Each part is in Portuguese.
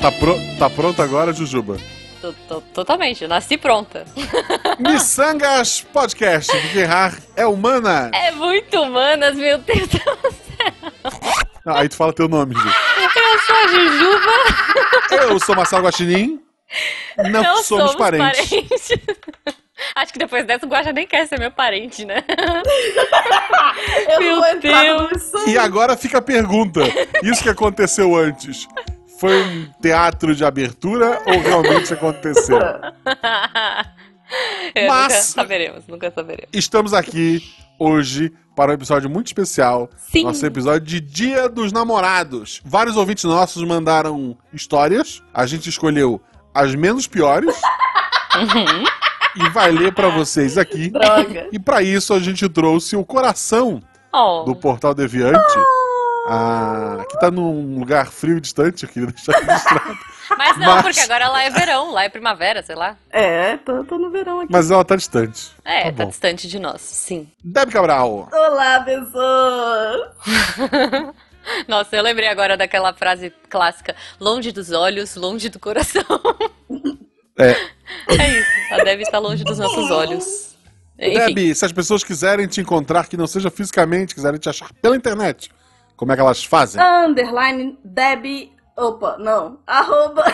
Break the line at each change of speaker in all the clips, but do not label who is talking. Tá, pro... tá pronto agora, Jujuba?
Tô- tô- Totalmente, eu nasci pronta.
Missangas Podcast, porque errar é humana.
É muito humanas, meu Deus do céu.
Não, aí tu fala teu nome, Ju.
Eu sou a Jujuba,
Eu sou Marcelo Guaxinim. Não,
não,
somos, parentes.
Acho que depois dessa o Guaxa nem quer ser meu parente, né?
Eu
Meu
não vou entrar
Deus.
no assunto.
E agora fica a pergunta: isso que aconteceu antes foi um teatro de abertura ou realmente aconteceu?
É,
Mas-
Nunca saberemos, nunca saberemos.
Estamos aqui hoje para um episódio muito especial.
Sim.
Nosso episódio de Dia dos Namorados. Vários ouvintes nossos mandaram histórias. A gente escolheu as menos piores
Uhum.
e vai ler para vocês aqui.
Droga.
E para isso a gente trouxe o coração
Oh,
do Portal Deviante. Ah, que tá num lugar frio e distante, eu queria deixar registrado.
Mas não,
mas-
porque agora lá é verão, lá é primavera, sei lá.
É, tô, tô no verão aqui.
Mas ela tá distante.
É,
Tá
tá
bom.
distante de nós, sim.
Deb Cabral.
Olá, pessoas!
Nossa, eu lembrei agora daquela frase clássica: longe dos olhos, longe do coração.
É.
É isso, a Debbie está longe dos nossos olhos. Enfim,
Deb, se as pessoas quiserem te encontrar, que não seja fisicamente, quiserem te achar pela internet, como é que elas fazem?
Underline Debbie. Opa, não. Arroba.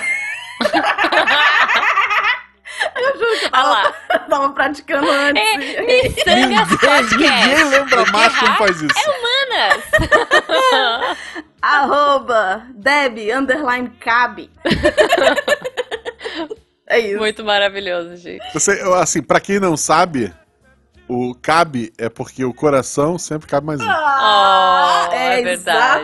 Eu juro que eu
Ah
tava,
lá.
tava praticando antes.
é Missangas
Ninguém
Podcast.
lembra mais
errar
como faz isso.
Manas!
Arroba Debbie Underline Cabe. é isso.
Muito maravilhoso, gente.
Você, eu, assim, pra quem não sabe, o cabe é porque o coração sempre cabe mais um.
Ah.
Oh, é verdade.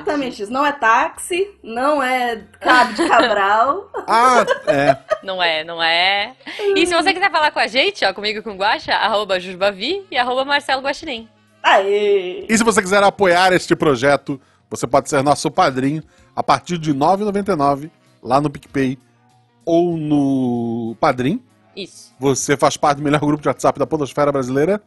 exatamente isso. Não é táxi, não é Cabe de Cabral.
Ah, é.
Não é, não é. E se você quiser falar com a gente, ó, comigo e com o Guaxa, arroba Jujubavi e arroba Marcelo Guaxinim.
Aê!
E se você quiser apoiar este projeto, você pode ser nosso padrinho a partir de R$ 9,99 lá no PicPay ou no Padrim.
Isso.
Você faz parte do melhor grupo de WhatsApp da Podosfera Brasileira.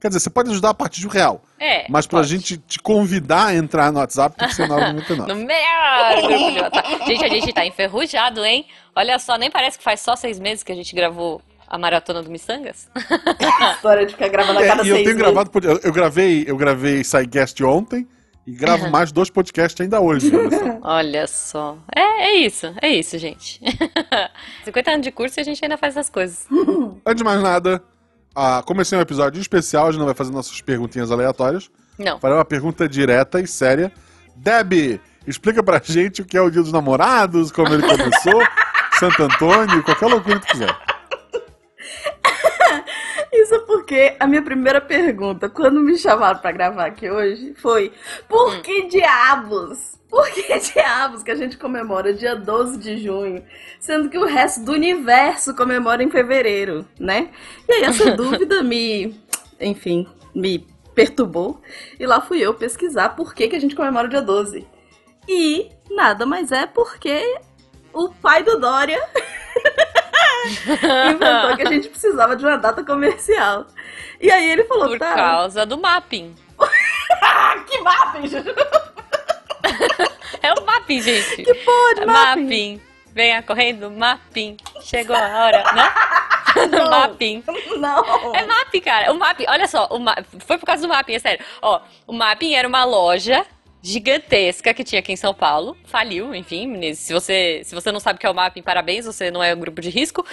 Quer dizer, você pode ajudar a partir de um real.
É.
Mas pra
pode.
gente te convidar a entrar no WhatsApp, tem que ser
No
9,99.
melhor grupo de WhatsApp. Gente, a gente tá enferrujado, hein? Olha só, nem parece que faz só seis meses que a gente gravou a maratona do Missangas.
História de ficar gravando a cada
É, e eu
seis
tenho
meses.
gravado, pod- eu eu gravei, eu gravei SciCast ontem e gravo mais dois podcasts ainda hoje. né,
Olha só. É, é isso, é isso, gente. 50 anos de curso e a gente ainda faz essas coisas.
Antes de mais nada, ah, comecei um episódio especial, a gente não vai fazer nossas perguntinhas aleatórias.
Não.
Farei uma pergunta direta e séria. Deb, explica pra gente o que é o Dia dos Namorados, como ele começou, Santo Antônio, qualquer loucura que tu quiser.
Isso porque a minha primeira pergunta, quando me chamaram pra gravar aqui hoje, foi: por que diabos? Por que diabos que a gente comemora dia 12 de junho, sendo que o resto do universo comemora em fevereiro, né? E aí essa dúvida me, enfim, me perturbou. E lá fui eu pesquisar por que, que a gente comemora o dia 12. E nada mais é porque o pai do Dória inventou então é que a gente precisava de uma data comercial. E aí ele falou,
Por
tá.
causa do mapping.
Ah, que mapping, Juju!
É o mapping, gente. É
Que porra de mapping!
mapping. Venha correndo, mapping. Chegou a hora, né?
Não.
mapping.
Não!
É MAP, cara. O MAP, olha só, o MAP, foi por causa do MAP, é sério. Ó, o MAP era uma loja gigantesca que tinha aqui em São Paulo. Faliu, enfim, meninas. Se você, se você não sabe o que é o MAP, parabéns, você não é um grupo de risco.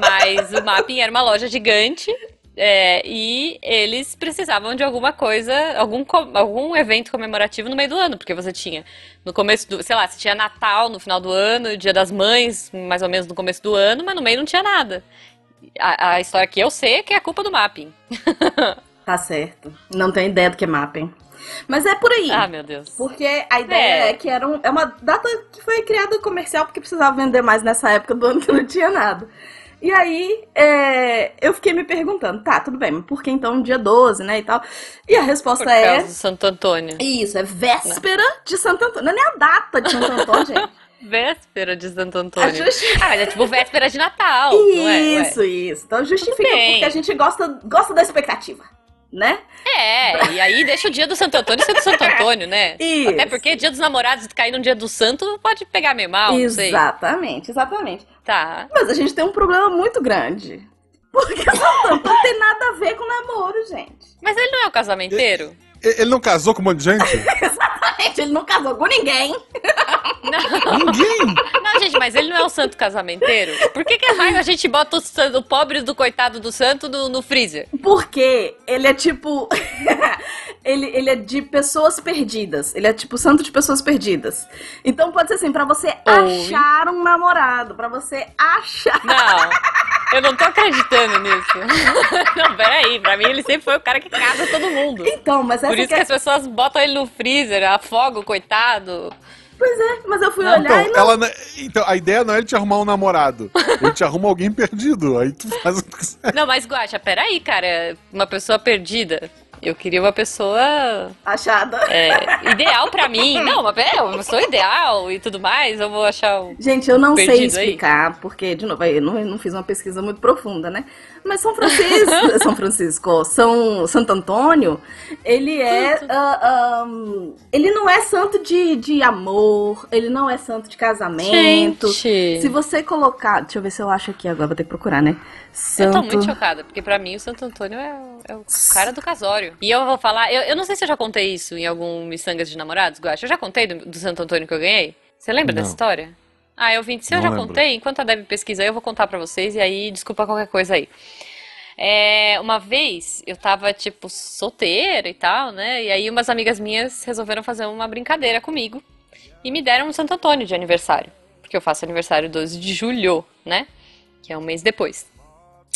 Mas o MAP era uma loja gigante. é, e eles precisavam de alguma coisa, algum, co- algum evento comemorativo no meio do ano, porque você tinha no começo do, sei lá, se tinha Natal no final do ano, Dia das Mães, mais ou menos no começo do ano, mas no meio não tinha nada. A, a história que eu sei é que é a culpa do mapping.
Tá certo. Não tenho ideia do que é mapping. Mas é por aí.
Ah, meu Deus.
Porque a ideia
É.
é, que era um- é uma data que foi criada comercial porque precisava vender mais nessa época do ano que não tinha nada. E aí, é, eu fiquei me perguntando, tá, tudo bem, mas por que então dia 12, né, e tal? E a resposta
Por
é...
causa do Santo Antônio.
Isso, é véspera de Santo Antônio. Não é nem a data de Santo Antônio, gente.
Véspera de Santo
A
Antônio.
justi...
Ah, mas é tipo véspera de Natal, não é? Não é?
Isso, isso. Então justifica
Tudo bem.
porque a gente gosta, gosta da expectativa. né?
É, e aí deixa o dia do Santo Antônio ser do Santo Antônio, né?
Isso.
Até porque dia dos namorados cair no dia do santo pode pegar meio mal, não sei.
Exatamente, exatamente.
Tá.
Mas a gente tem um problema muito grande. Porque o Santo Antônio não tem nada a ver com namoro, gente.
Mas ele não é o casamenteiro?
E- Ele não casou com um monte de gente?
Gente, ele não casou com ninguém.
Não.
Ninguém!
Não, gente, mas ele não é o santo casamenteiro? Por que que raio a gente bota o, san- o pobre do coitado do santo no, no freezer?
Porque ele é tipo. ele, ele é de pessoas perdidas. Ele é tipo santo de pessoas perdidas. Então pode ser assim, pra você
Oi.
achar um namorado, pra você achar.
Não, eu não tô acreditando nisso. Não, peraí, pra mim ele sempre foi o cara que casa todo mundo.
Então, mas essa
Por isso
que
que
é...
as pessoas botam ele no freezer, afoga o coitado.
é, Mas eu fui
é Não,
olhar e
Então,
não.
ela, não- então, a ideia não é ele te arrumar um namorado. Ele te arruma alguém perdido. Aí tu faz o que quiser.
Não, mas Guaxa, peraí, cara. Uma pessoa perdida. Eu queria uma pessoa
Achada.
é, ideal pra mim. Não, uma, é, uma pessoa ideal e tudo mais. Eu vou achar um.
Gente, eu não sei
Perdido aí.
explicar, porque, de novo, aí eu não, eu não fiz uma pesquisa muito profunda, né? Mas São Francisco, São Francisco, São Santo Antônio, ele é. ah, ahn, ele não é santo de, de amor, ele não é santo de casamento. Se
Gente,
você colocar. Deixa eu ver se eu acho aqui agora, vou ter que procurar, né?
eu
Santo.
tô muito chocada, porque pra mim o Santo Antônio é, o- é o cara do casório. E eu vou falar, eu, eu não sei se eu já contei isso em algum Miçangas de Namorados, Guaxa. Eu já contei do, do Santo Antônio que eu ganhei? Você lembra
Não.
dessa história? Ah, eu vim. Se eu
Não
já
lembro.
contei, enquanto a Deb pesquisa, aí, eu vou contar pra vocês e aí desculpa qualquer coisa aí. É, uma vez eu tava, tipo, solteira e tal, né? E aí umas amigas minhas resolveram fazer uma brincadeira comigo e me deram um Santo Antônio de aniversário. Porque eu faço aniversário 12 de julho, né? Que é um mês depois.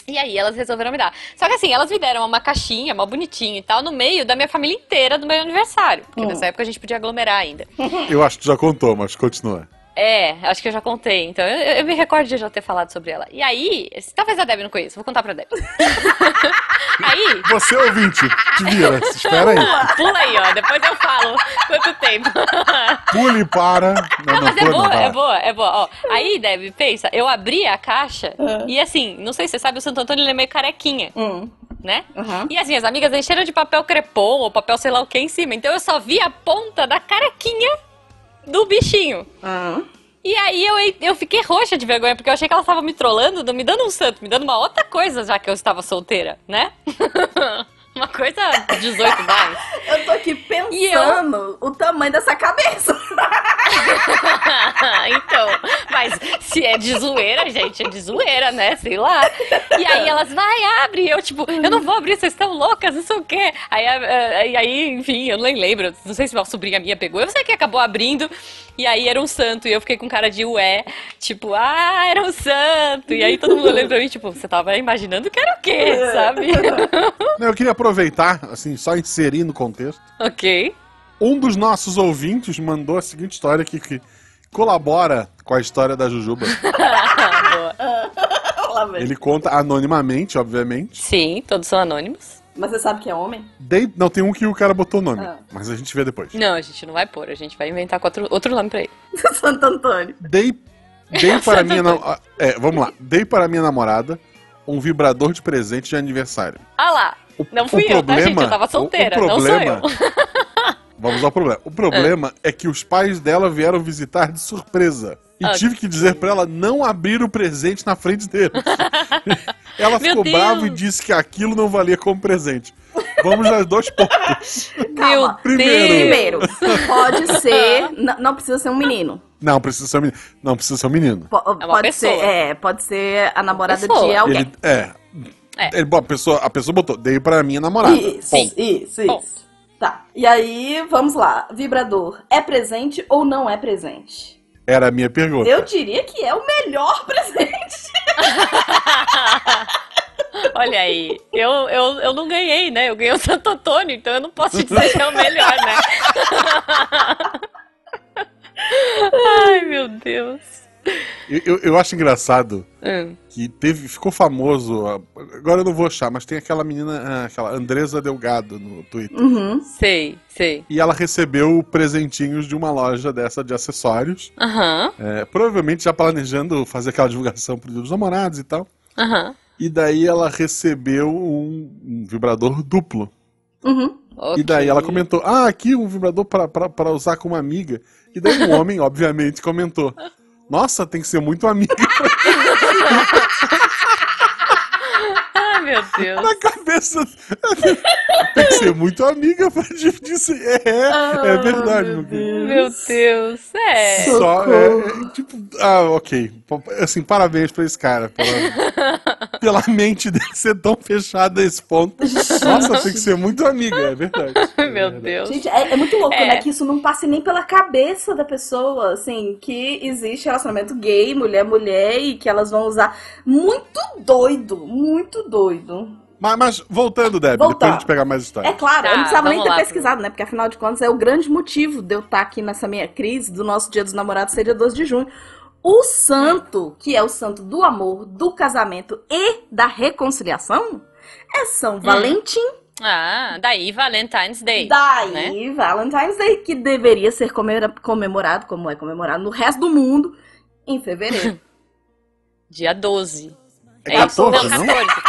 E aí elas resolveram me dar. Só que assim, elas me deram uma caixinha, uma bonitinha e tal, no meio da minha família inteira do meu aniversário. Porque
Hum.
nessa época a gente podia aglomerar ainda.
Eu acho que tu já contou, mas continua.
É, acho que eu já contei, então eu, eu me recordo de já ter falado sobre ela. E aí, talvez a Deb não conheça, vou contar pra Deb. aí,
Você, ouvinte, te vira. se Espera aí.
pula aí, ó, depois eu falo quanto tempo.
Pule para. Não,
Não,
não,
mas é
pula, não
boa, é
para.
boa, é boa. Ó, aí, Deb, pensa, eu abri a caixa e assim, não sei se você sabe, o Santo Antônio ele é meio carequinha,
Hum,
né?
aham.
E as minhas amigas encheram de papel crepom ou papel sei lá o que em cima, então eu só vi a ponta da carequinha do bichinho.
aham.
E aí eu, eu fiquei roxa de vergonha, porque eu achei que ela estava me trolando, me dando um santo, me dando uma outra coisa, já que eu estava solteira, né? uma coisa 18 mais.
Eu tô aqui pensando o tamanho dessa cabeça.
então, mas se é de zoeira, gente, é de zoeira, né? Sei lá. E aí elas, vai, abre. E eu, tipo, eu não vou abrir, vocês estão loucas, não sei o quê. Aí, a- a- e aí, enfim, eu nem lembro. Não sei se uma sobrinha minha pegou. Eu sei que acabou abrindo. E aí era um santo. E eu fiquei com cara de ué. Tipo, ah, era um santo. E aí todo mundo olhando pra mim, tipo, você tava imaginando que era o quê, sabe?
Não, eu queria aproveitar, assim, só inserir no contexto.
ok.
Um dos nossos ouvintes mandou a seguinte história que, que colabora com a história da Jujuba.
Boa.
Lá vem.
Ele conta anonimamente, obviamente.
Sim, todos são anônimos.
Mas você sabe que é homem?
Dei- Não, tem um que o cara botou o nome,
Ah.
mas a gente vê depois.
Não, a gente não vai pôr, a gente vai inventar com outro, outro nome pra ele.
Santo Antônio.
Dei, dei para minha nam- ah, é, vamos lá. Dei para minha namorada um vibrador de presente de aniversário.
Ah lá,
O,
Não
o
fui eu, tá, gente? Eu tava solteira, não sou
Vamos ao problema. O problema
Ah.
é que os pais dela vieram visitar de surpresa. E
Ah,
tive que dizer pra ela não abrir o presente na frente deles. ela
Meu
ficou
Deus.
brava e disse que aquilo não valia como presente. Vamos nas dois pontos.
Calma.
Meu
Primeiro.
Deus.
Primeiro, pode ser. n- Não precisa ser um menino.
Não, precisa ser um menino. Não, precisa ser um menino.
É
Po- pode
pessoa.
ser. É, pode ser a namorada de
pessoa.
alguém.
Ele, é.
É.
Ele- bom, a, pessoa, a pessoa botou, dei pra minha namorada.
Isso,
Ponto.
isso,
Bom.
isso. Tá. E aí, vamos lá. Vibrador. É presente ou não é presente?
Era a minha pergunta.
Eu diria que é o melhor presente.
Olha aí, eu, eu, eu não ganhei, né? Eu ganhei o Santo Antônio, então eu não posso te dizer que é o melhor, né? Ai, meu Deus.
Eu, eu, eu acho engraçado
Hum.
que teve, ficou famoso. a- Agora eu não vou achar, mas tem aquela menina, ah, aquela Andresa Delgado no Twitter.
Uhum.
Sei, sei.
E ela recebeu presentinhos de uma loja dessa de acessórios.
Aham,
é, provavelmente já planejando fazer aquela divulgação pro Dia dos Namorados e tal.
aham.
E daí ela recebeu um, um vibrador duplo.
Uhum.
E daí ela comentou: Ah, aqui um vibrador pra, pra, pra usar com uma amiga. E daí um homem, obviamente, comentou: Nossa, tem que ser muito amiga.
Ai, meu Deus.
Na cabeça. tem que ser muito amiga pra dividir isso. É, é verdade, meu querido.
Ah, Meu Deus. É.
Só
Socorro.
é, é, tipo, ah, ok. P- Assim, parabéns pra esse cara. Pela, pela mente dele ser tão fechada a esse ponto. Nossa, tem que ser muito amiga, é verdade. É
Meu
verdade.
Deus.
Gente, é, é muito louco,
É.
né? Que isso não passe nem pela cabeça da pessoa, assim, que existe relacionamento gay, mulher, mulher, e que elas vão usar. Muito doido, muito doido.
Mas, mas voltando, Deb,
Voltar.
depois a gente pegar mais
É
história.
claro,
Tá,
eu não precisava nem
vamos
ter
lá,
pesquisado, né? Porque afinal de contas é o grande motivo de eu estar aqui nessa minha crise do nosso Dia dos Namorados seria 12 de junho. O santo, que é o santo do amor, do casamento e da reconciliação, é
Hum.
São Valentim.
Ah, daí Valentine's Day.
Daí,
né?
Valentine's Day, que deveria ser comemora- comemorado, como é comemorado no resto do mundo, em fevereiro.
Dia 12.
É
isso?
14,
não,
não?
14.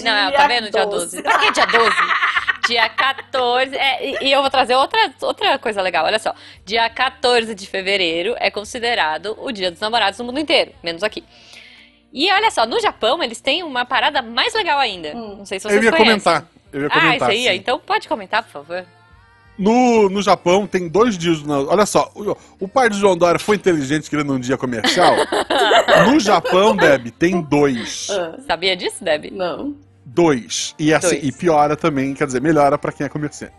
14. Não,
Dia
tá vendo? Dia 12.
12.
Pra que dia 12? Dia 14. É, e, e eu vou trazer outra, outra coisa legal. Olha só. Dia 14 de fevereiro é considerado o dia dos namorados no mundo inteiro, menos aqui. E olha só, no Japão eles têm uma parada mais legal ainda.
Hum.
Não sei se vocês
Eu ia
conhecem.
comentar. Eu ia
Ah,
comentar.
isso aí.
sim.
Então pode comentar, por favor.
No, no Japão tem dois dias. do Natal. olha só, o, o pai de João Dória foi inteligente querendo um dia comercial. no Japão, Deb, tem dois.
Ah,
Sabia disso, Debbie?
não.
Dois. E, assim,
Dois.
e piora também, quer dizer, melhora pra quem é comerciante.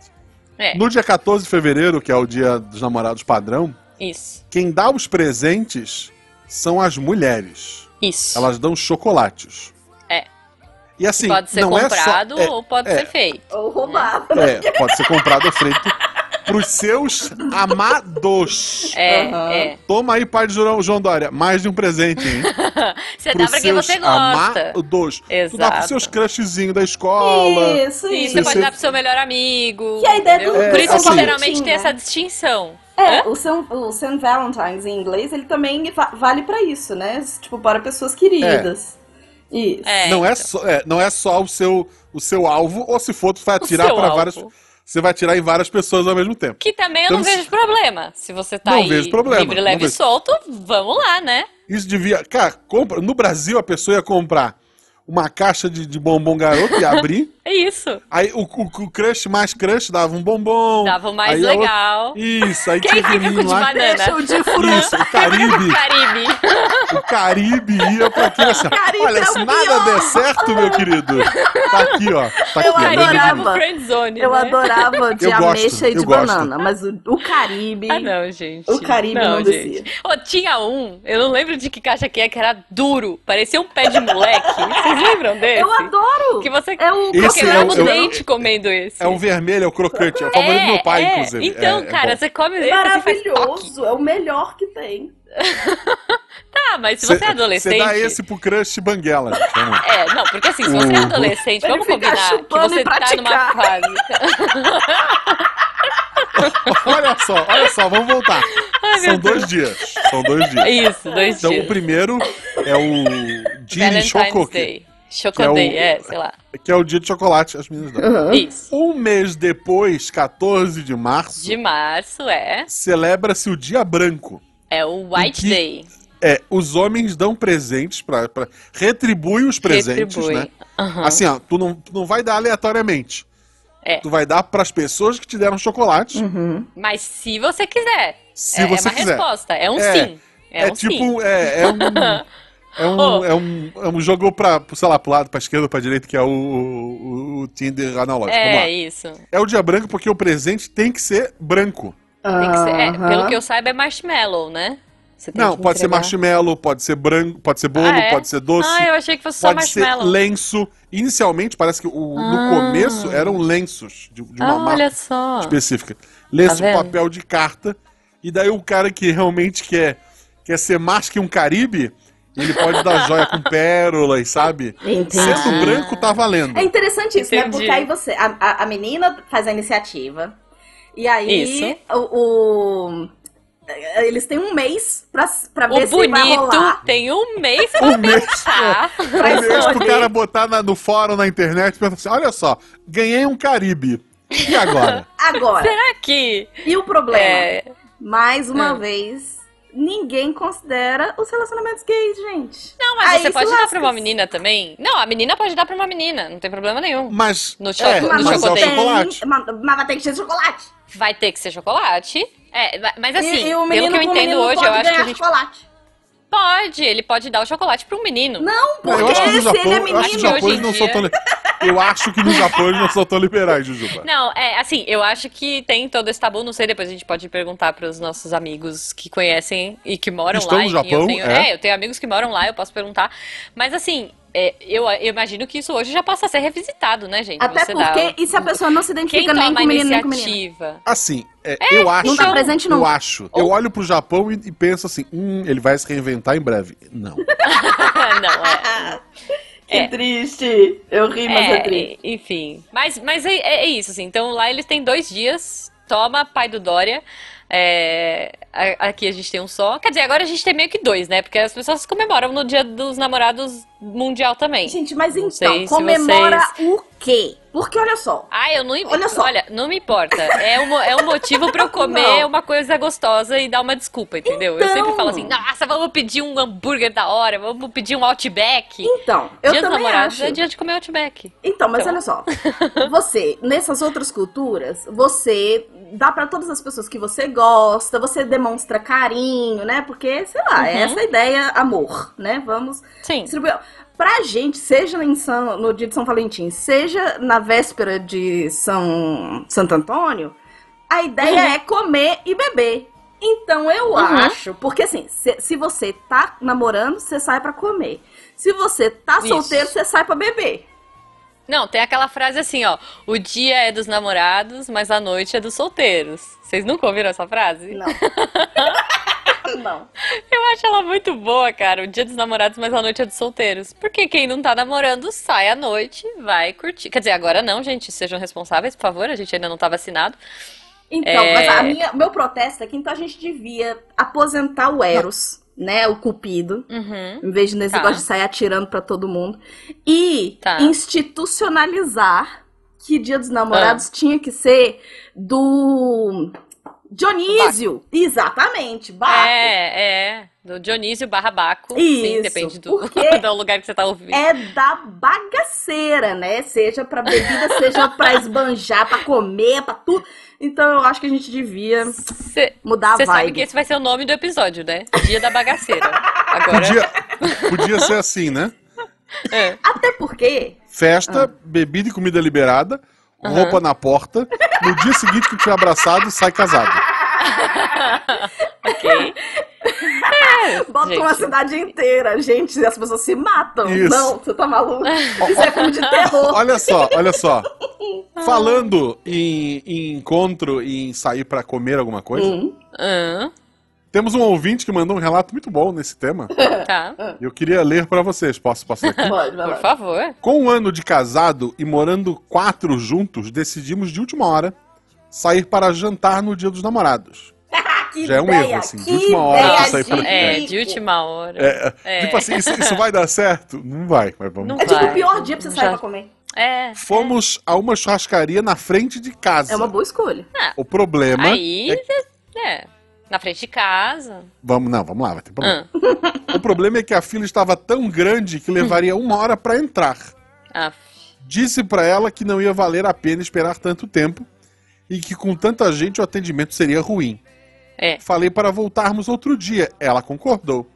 É,
No dia 14 de fevereiro, que é o dia dos namorados padrão,
isso.
quem dá os presentes são as mulheres.
Isso.
Elas dão chocolates.
É.
E assim,
pode ser
não
comprado
é só... é-
ou pode
é.
ser feito.
Ou roubava.
É, pode ser comprado ou feito pros seus amados.
É,
Aham.
é.
Toma aí, pai de João, João Dória, mais de um presente, hein?
Você dá pra quem você gosta.
amados. Tu dá pros
Exato.
seus crushzinhos da escola.
Isso,
Sim,
isso.
você pode
você-
dar pro seu melhor amigo.
Que a ideia
entendeu?
do-
É,
Por isso,
assim-
geralmente, tem
né?
essa distinção.
É, o San, o San Valentine's em inglês, ele também va- vale pra isso, né? Tipo, para pessoas queridas. Isso.
É,
não, é
então.
só, é, não é só o seu, o seu alvo, ou se for, tu vai
O
atirar
seu
pra
alvo.
várias. Você vai atirar em várias pessoas ao mesmo tempo.
Que também eu não
Então, se-
vejo problema. Se você tá
Não
aí
vejo problema,
livre,
não
leve e
vejo.
solto, vamos lá, né?
Isso devia. Cara, compra. No Brasil, a pessoa ia comprar uma caixa de, de bombom garoto e abrir.
É isso.
aí o, o, o crush mais crush dava um bombom.
Dava o mais
aí a outra-
legal.
Isso, aí
Quem
tinha
fica com
menino
de
lá.
banana?
Deixa o de furão.
Isso, o Caribe.
Caribe.
O Caribe ia pra aquilo assim. ó.
Caribe é
Olha,
o
se nada
pior.
der certo, meu querido, tá aqui, ó. Tá aqui,
Eu
ó,
Caribe
meu
adorava.
menino.
tipo friendzone,
Eu
né?
adorava de
Eu gosto,
ameixa e
eu
de
gosto.
banana, mas o, o Caribe.
Ah, não, gente.
O Caribe não descia.
gente. Ô, tinha um, eu não lembro de que caixa que é, que era duro. Parecia um pé de moleque. Vocês lembram desse?
Eu adoro!
Que você
É o
Esse é
quebrava
o-
o
eu-
dente comendo esse.
É o vermelho, é o crocante. É o favorito do meu pai,
é.
inclusive.
Então,
É, é
cara,
bom.
você come esse, você faz toque.
maravilhoso, é o melhor que tem.
Ah, mas se você é adolescente...
Você dá esse pro crush banguela. gente, vamos lá.
É, não, porque assim, se você é
Uhum.
adolescente,
Ele
vamos
fica
combinar que
chupando
você
e
tá numa
praticar.
fase...
olha só, olha só, vamos voltar. São dois dias. São dois dias.
Isso, dois
Então,
dias.
o primeiro é o dia de
Valentine's
chocolate,
Day. Chocoday,
Que é
é,
o-
sei lá.
que é o dia de chocolate, as meninas dão.
Isso.
Um mês depois, 14 de março,
De março é...
celebra-se o Dia Branco.
É o White
que-
Day.
É, os homens dão presentes pra. pra retribui os presentes,
Retribui.
né?
Aham.
Assim, ó, tu não, tu não vai dar aleatoriamente.
É.
Tu vai dar pras pessoas que te deram
Hum.
chocolate,
Uhum.
Mas se você quiser.
se
é, é
você
uma
quiser.
resposta. É um
É.
sim. É, um
tipo,
sim.
é, é um. É um,
Oh.
é, um, é um jogo pra, sei lá, pro lado, pra esquerda, pra direita, que é o, o, o Tinder analógico. Vamos
É
lá.
isso.
É o dia branco porque o presente tem que ser branco.
Tem que ser- é, pelo que
eu...
eu saiba, é marshmallow, né? Você tem
Não,
que
pode ser
entregar.
marshmallow, pode ser branco, pode ser bolo,
Ah, é?
pode ser doce,
Ah, eu achei que fosse só
pode ser
marshmallow.
lenço. Inicialmente, parece que o-
Ah.
no começo eram lenços de, de uma
Ah,
marca
olha só.
específica. Lenço,
Tá vendo?
papel de carta. E daí o cara que realmente quer, quer ser mais que um caribe, ele pode dar joia com pérolas, sabe? Sendo
Ah.
branco, tá valendo.
É interessante isso, né?
Entendi.
Porque aí você. A, a- a menina faz a iniciativa. E aí
Isso.
o. o- eles têm um mês pra, pra ver
O
se vai rolar.
bonito tem um mês pra pensar.
O
Mas
mesmo
olha-
o cara botar na- no fórum, na internet, pergunta assim, olha só, ganhei um caribe. E agora?
Agora,
Será que.
e o problema?
É,
Mais uma
Hum.
vez, ninguém considera os relacionamentos gays, gente.
Não, mas
Aí
você
se
pode dar pra uma
Ah, lasca-se.
menina também. Não, a menina pode dar pra uma menina, não tem problema nenhum.
Mas.
No cho-
é,
no
mas é o
chocoteio.
então
chocolate.
Mas, mas tem que ser chocolate.
Vai ter que ser chocolate. É, va- mas assim,
e, e
pelo
o menino
que eu
com o
entendo
menino
hoje,
pode
eu acho que
ganhar
a gente
chocolate.
pode. Ele pode dar o chocolate pro menino.
Não, porque
Eu acho que no
se ele é
Japão, eu acho que
menino.
no
hoje
Japão
em
eles não são
dia-
tão li- Eu acho que no Japão eles não são tão liberais, Jujuba.
Não, é assim, eu acho que tem todo esse tabu, não sei, depois a gente pode perguntar pros nossos amigos que conhecem e que moram
Estão
lá.
no
enfim, eu
Japão,
tenho-
é.
é, eu tenho amigos que moram lá, eu posso perguntar. Mas assim, é, eu, eu imagino que isso hoje já possa ser revisitado, né, gente?
Até
Você dá
porque, e se a pessoa não se
Quem
identifica nem
toma
com
a
menino nem com menina?
iniciativa?
Assim, é, eu acho.
tá presente
Eu
nunca.
acho. Eu olho pro Japão e, e penso assim: hum, ele vai se reinventar em breve. Não.
Não, é.
Que triste. Eu ri, mas é,
É,
triste.
enfim. Mas, mas é, é- é isso, assim. Então lá eles têm dois dias. Toma, pai do Dória. É, a- aqui a gente tem um só. Quer dizer, agora a gente tem meio que dois, né? Porque as pessoas comemoram no dia dos namorados mundial também.
Gente, mas
Não
então,
sei se
comemora o quê? Porque olha só.
Ah, eu não.
Olha só.
Olha, não me importa. É um, mo- é um motivo pra eu comer
Não.
uma coisa gostosa e dar uma desculpa, entendeu? Eu
Então.
sempre falo assim: nossa, vamos pedir um hambúrguer da hora, vamos pedir um Outback.
Então, eu
dia dos
também
namorados
acho.
é dia de comer Outback.
Então, mas
Então.
olha só. Você, nessas outras culturas, você dá pra todas as pessoas que você gosta, você demonstra carinho, né? Porque, sei lá, é
Uhum.
essa ideia, amor, né? Vamos
Sim.
distribuir. Pra gente, seja em São- no dia de São Valentim, seja na véspera de São Santo Antônio, a ideia
Uhum.
é comer e beber. Então eu acho, porque assim, se, se você tá namorando, você sai pra comer. Se você tá
Isso.
solteiro, você sai pra beber.
Não, tem aquela frase assim, ó. O dia é dos namorados, mas a noite é dos solteiros. Vocês nunca ouviram essa frase?
Não. não.
Eu acho ela muito boa, cara. O dia dos namorados, mas a noite é dos solteiros. Porque quem não tá namorando sai à noite, vai curtir. Quer dizer, agora não, gente. Sejam responsáveis, por favor. A gente ainda não tá vacinado.
Então,
É.
mas a minha, meu protesto é que então a gente devia aposentar o Eros, né? O Cupido.
Uhum.
Em vez de nesse
Tá.
negócio de sair atirando pra todo mundo. E
Tá.
institucionalizar que Dia dos
Ah.
Namorados tinha que ser do Dionísio. Exatamente, Baco.
É, é. Do Dionísio barra Baco. Sim,
Isso,
depende do,
porque
do lugar que você tá ouvindo.
É da bagaceira, né? Seja pra bebida, seja pra esbanjar, pra comer, pra tudo. Então eu acho que a gente devia
Você
mudar a
sabe que
vibe.
esse vai ser o nome do episódio, né? Dia da bagaceira. Agora.
Podia, podia ser assim, né?
É.
Até porque,
Festa, bebida e comida liberada,
Ah. Aham.
roupa na porta. No dia seguinte que tiver abraçado, sai casado.
ok. É,
bota
gente.
uma cidade inteira, gente, as pessoas se matam.
Isso.
Não, você tá maluco? Isso é filme de
Oh.
terror.
Olha só, olha só.
Ah.
Falando em, em encontro e em sair pra comer alguma coisa,
Hum.
Hã?
temos um ouvinte que mandou um relato muito bom nesse tema.
É.
tá,
E Eu queria ler pra vocês. Posso passar aqui?
Pode, vai
por
lá.
favor.
Com um ano de casado e morando quatro juntos, decidimos de última hora sair para jantar no Dia dos Namorados.
Ah, que
Já é um
ideia,
erro, assim, de
que
última hora
ideia
você sair pra-
de
É,
rico.
de última hora.
É,
É.
Tipo assim, isso, isso vai dar certo? Não vai, mas vamos.
Não
É tipo
vai.
o pior dia pra você sair
Já-
pra comer.
É.
Fomos a uma churrascaria na frente de casa.
É uma boa escolha.
O problema.
Aí,
é
é. Na frente de casa.
Vamos, não, vamos lá, vai ter problema.
Hã?
O problema é que a fila estava tão grande que levaria uma hora para entrar.
Ah,
Disse para ela que não ia valer a pena esperar tanto tempo e que com tanta gente o atendimento seria ruim.
é.
Falei para voltarmos outro dia, ela concordou.